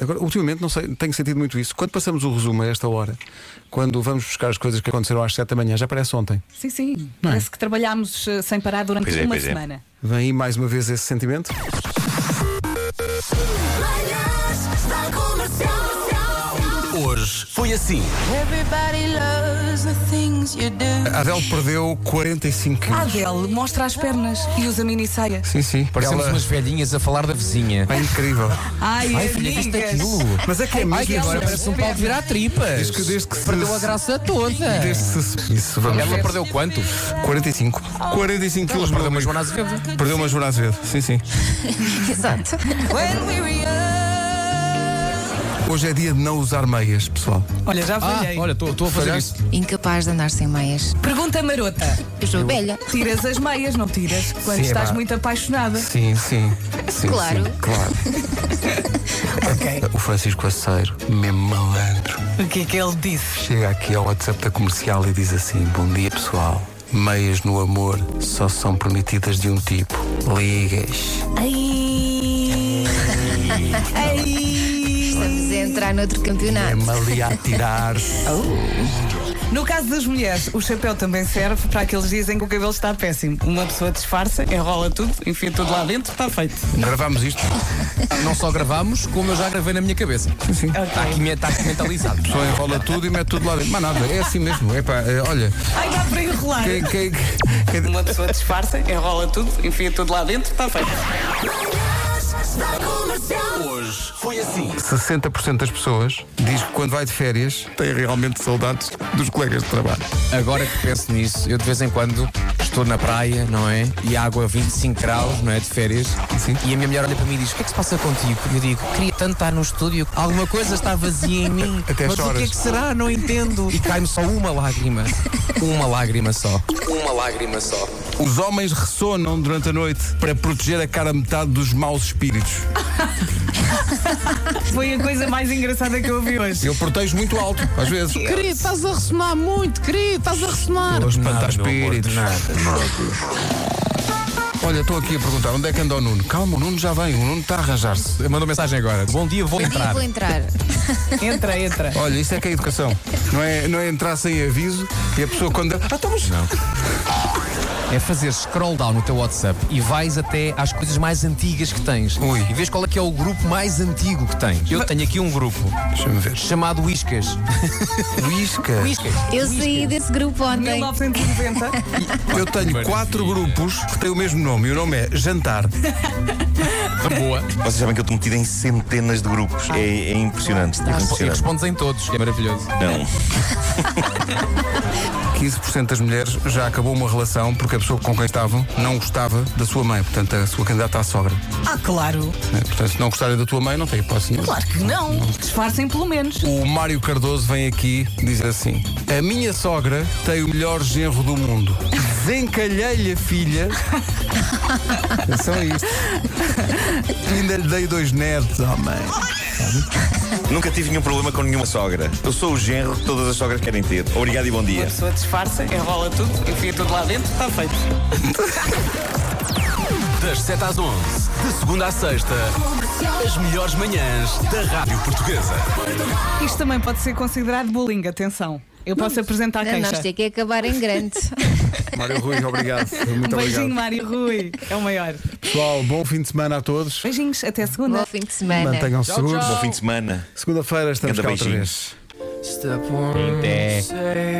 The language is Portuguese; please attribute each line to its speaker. Speaker 1: Agora, ultimamente, não sei, tenho sentido muito isso. Quando passamos o resumo a esta hora, quando vamos buscar as coisas que aconteceram às 7 da manhã, já parece ontem.
Speaker 2: Sim, sim.
Speaker 3: é?
Speaker 2: Parece que trabalhámos eh, sem parar durante
Speaker 4: Pois é,
Speaker 2: uma
Speaker 4: pois é.
Speaker 2: semana.
Speaker 1: Vem aí mais uma vez esse sentimento.
Speaker 5: Manhãs da Comercial.
Speaker 3: Hoje foi assim.
Speaker 6: Everybody loves the things you do.
Speaker 1: A Adele perdeu 45
Speaker 2: A
Speaker 1: quilos.
Speaker 2: Adele mostra as pernas e usa mini saia.
Speaker 1: Sim, sim.
Speaker 3: Parecemos
Speaker 1: Ela-
Speaker 3: umas velhinhas a falar da vizinha.
Speaker 1: É incrível.
Speaker 2: Ai,
Speaker 3: Ai, filha, viste aquilo?
Speaker 1: Mas é que é
Speaker 3: Ai, que
Speaker 1: mesmo.
Speaker 3: agora parece um pau de virar tripas.
Speaker 1: Diz que desde que se-
Speaker 3: Perdeu a graça toda.
Speaker 1: Desde se- Isso, vamos.
Speaker 3: Ela perdeu quanto?
Speaker 1: 45. 45 quilos,
Speaker 3: Perdeu uma
Speaker 1: meu amigo.
Speaker 3: Joana Azevedo.
Speaker 1: Perdeu uma Joana Azevedo. Sim, sim.
Speaker 6: Exato.
Speaker 2: When we were young.
Speaker 1: Hoje é dia de não usar meias, pessoal.
Speaker 2: Olha, já
Speaker 3: Ah,
Speaker 2: falhei.
Speaker 3: olha, estou a fazer isso.
Speaker 6: Incapaz de andar sem meias.
Speaker 2: Pergunta marota.
Speaker 6: Eu sou velha.
Speaker 2: Tiras as meias, não tiras?
Speaker 3: é
Speaker 2: Quando
Speaker 1: Sim,
Speaker 2: estás
Speaker 1: pá.
Speaker 2: muito apaixonada.
Speaker 1: Sim, sim. Sim,
Speaker 6: Claro.
Speaker 1: sim, claro.
Speaker 2: Ok.
Speaker 1: O Francisco Aceiro, mesmo malandro,
Speaker 2: O que é que ele disse?
Speaker 1: chega aqui ao WhatsApp da comercial e diz assim: Bom dia, pessoal. Meias no amor só são permitidas de um tipo: ligas.
Speaker 6: Estamos a entrar noutro
Speaker 1: É
Speaker 6: campeonato.
Speaker 1: mali a tirar-se.
Speaker 2: No caso das mulheres, o chapéu também serve para aqueles dias em que o cabelo está péssimo. Uma pessoa disfarça, enrola tudo, enfia tudo lá dentro, está feito.
Speaker 1: Gravámos isto.
Speaker 3: Não só gravámos, como eu já gravei na minha cabeça. é- Está Tá aqui, está aqui mentalizado.
Speaker 1: A pessoa enrola tudo e mete tudo lá dentro. Mas nada, é assim mesmo. Epá, é, olha,
Speaker 2: Ai, dá para enrolar.
Speaker 1: quem, quem, quem-
Speaker 2: Uma pessoa disfarça, enrola tudo, enfia tudo lá dentro, está feito.
Speaker 5: Manhãs da Comercial.
Speaker 1: 60% das pessoas diz que quando vai de férias tem realmente saudades dos colegas de trabalho.
Speaker 3: Agora que penso nisso, eu de vez em quando estou na praia, não é? E a água a 25 graus, não é? De férias.
Speaker 1: Sim.
Speaker 3: E a minha mulher olha para mim e diz: O que é que se passa contigo? E eu digo: Queria tanto estar no estúdio, alguma coisa está vazia em mim.
Speaker 1: Até
Speaker 3: Mas o
Speaker 1: choras.
Speaker 3: que é que será? Não entendo. E cai-me só uma lágrima. Uma lágrima só. Uma lágrima só.
Speaker 1: Os homens ressonam durante a noite para proteger a cara metade dos maus espíritos.
Speaker 2: Foi a coisa mais engraçada que eu ouvi hoje.
Speaker 1: Eu protejo muito alto, às vezes.
Speaker 3: Querido, estás a ressonar muito, querido, estás a ressonar.
Speaker 1: Vou espantar espíritos. Olha, estou aqui a perguntar onde é que anda o Nuno. Calma, o Nuno já vem, o Nuno está a arranjar-se.
Speaker 3: Mandou mensagem agora. Bom dia, vou
Speaker 6: Bom dia,
Speaker 3: entrar.
Speaker 6: vou entrar.
Speaker 2: Entra, entra.
Speaker 1: Olha, isso é que é educação. Não é, não é entrar sem aviso e a pessoa quando. Ah, estamos. Não.
Speaker 3: É fazer scroll down no teu WhatsApp e vais até às coisas mais antigas que tens.
Speaker 1: Ui.
Speaker 3: E vês qual é que é o grupo mais antigo que tens. Eu tenho aqui um grupo
Speaker 1: Deixa-me ver.
Speaker 3: chamado Iscas.
Speaker 1: Isca.
Speaker 3: Iscas.
Speaker 6: Eu saí desse grupo ontem.
Speaker 2: 1990.
Speaker 1: Eu tenho quatro grupos que têm o mesmo nome e o nome é Jantar.
Speaker 3: Boa.
Speaker 4: Vocês sabem que eu estou metido em centenas de grupos. É, é impressionante. É
Speaker 3: E
Speaker 4: impressionante.
Speaker 3: respondes em todos. É maravilhoso.
Speaker 4: Não.
Speaker 1: 15% das mulheres já acabou uma relação porque a pessoa com quem estavam não gostava da sua mãe, portanto, a sua candidata à sogra.
Speaker 2: Ah, claro.
Speaker 1: né? Portanto, se não gostarem da tua mãe, não tem hipótese nenhuma.
Speaker 2: Claro que não. Disfarcem pelo menos.
Speaker 1: O Mário Cardoso vem aqui dizer assim: A minha sogra tem o melhor genro do mundo. Desencalhei-lhe a filha. Atenção a É isto. E ainda lhe dei dois netos, oh mãe.
Speaker 4: Nunca tive nenhum problema com nenhuma sogra. Eu sou o genro que todas as sogras querem ter. Obrigado e bom dia.
Speaker 2: pessoa disfarça, enrola tudo, enfia tudo lá dentro, tá está feito.
Speaker 7: Das 7 às 11, de segunda à sexta, as melhores manhãs da Rádio Portuguesa.
Speaker 2: Isto também pode ser considerado bullying, atenção. Eu posso apresentar a
Speaker 6: Não, Nós
Speaker 2: queixa. Um
Speaker 6: temos que acabar em grande.
Speaker 1: Mário Rui, obrigado. Muito
Speaker 2: Beijinho,
Speaker 1: obrigado.
Speaker 2: Mário Rui. É o maior.
Speaker 1: Pessoal, bom fim de semana a todos.
Speaker 2: Beijinhos, até segunda.
Speaker 6: Bom fim de semana.
Speaker 1: Mantenham-se seguros.
Speaker 4: Bom fim de semana.
Speaker 1: Segunda-feira estamos
Speaker 4: Cada
Speaker 1: cá outra
Speaker 4: beijinho.
Speaker 1: vez.
Speaker 3: É.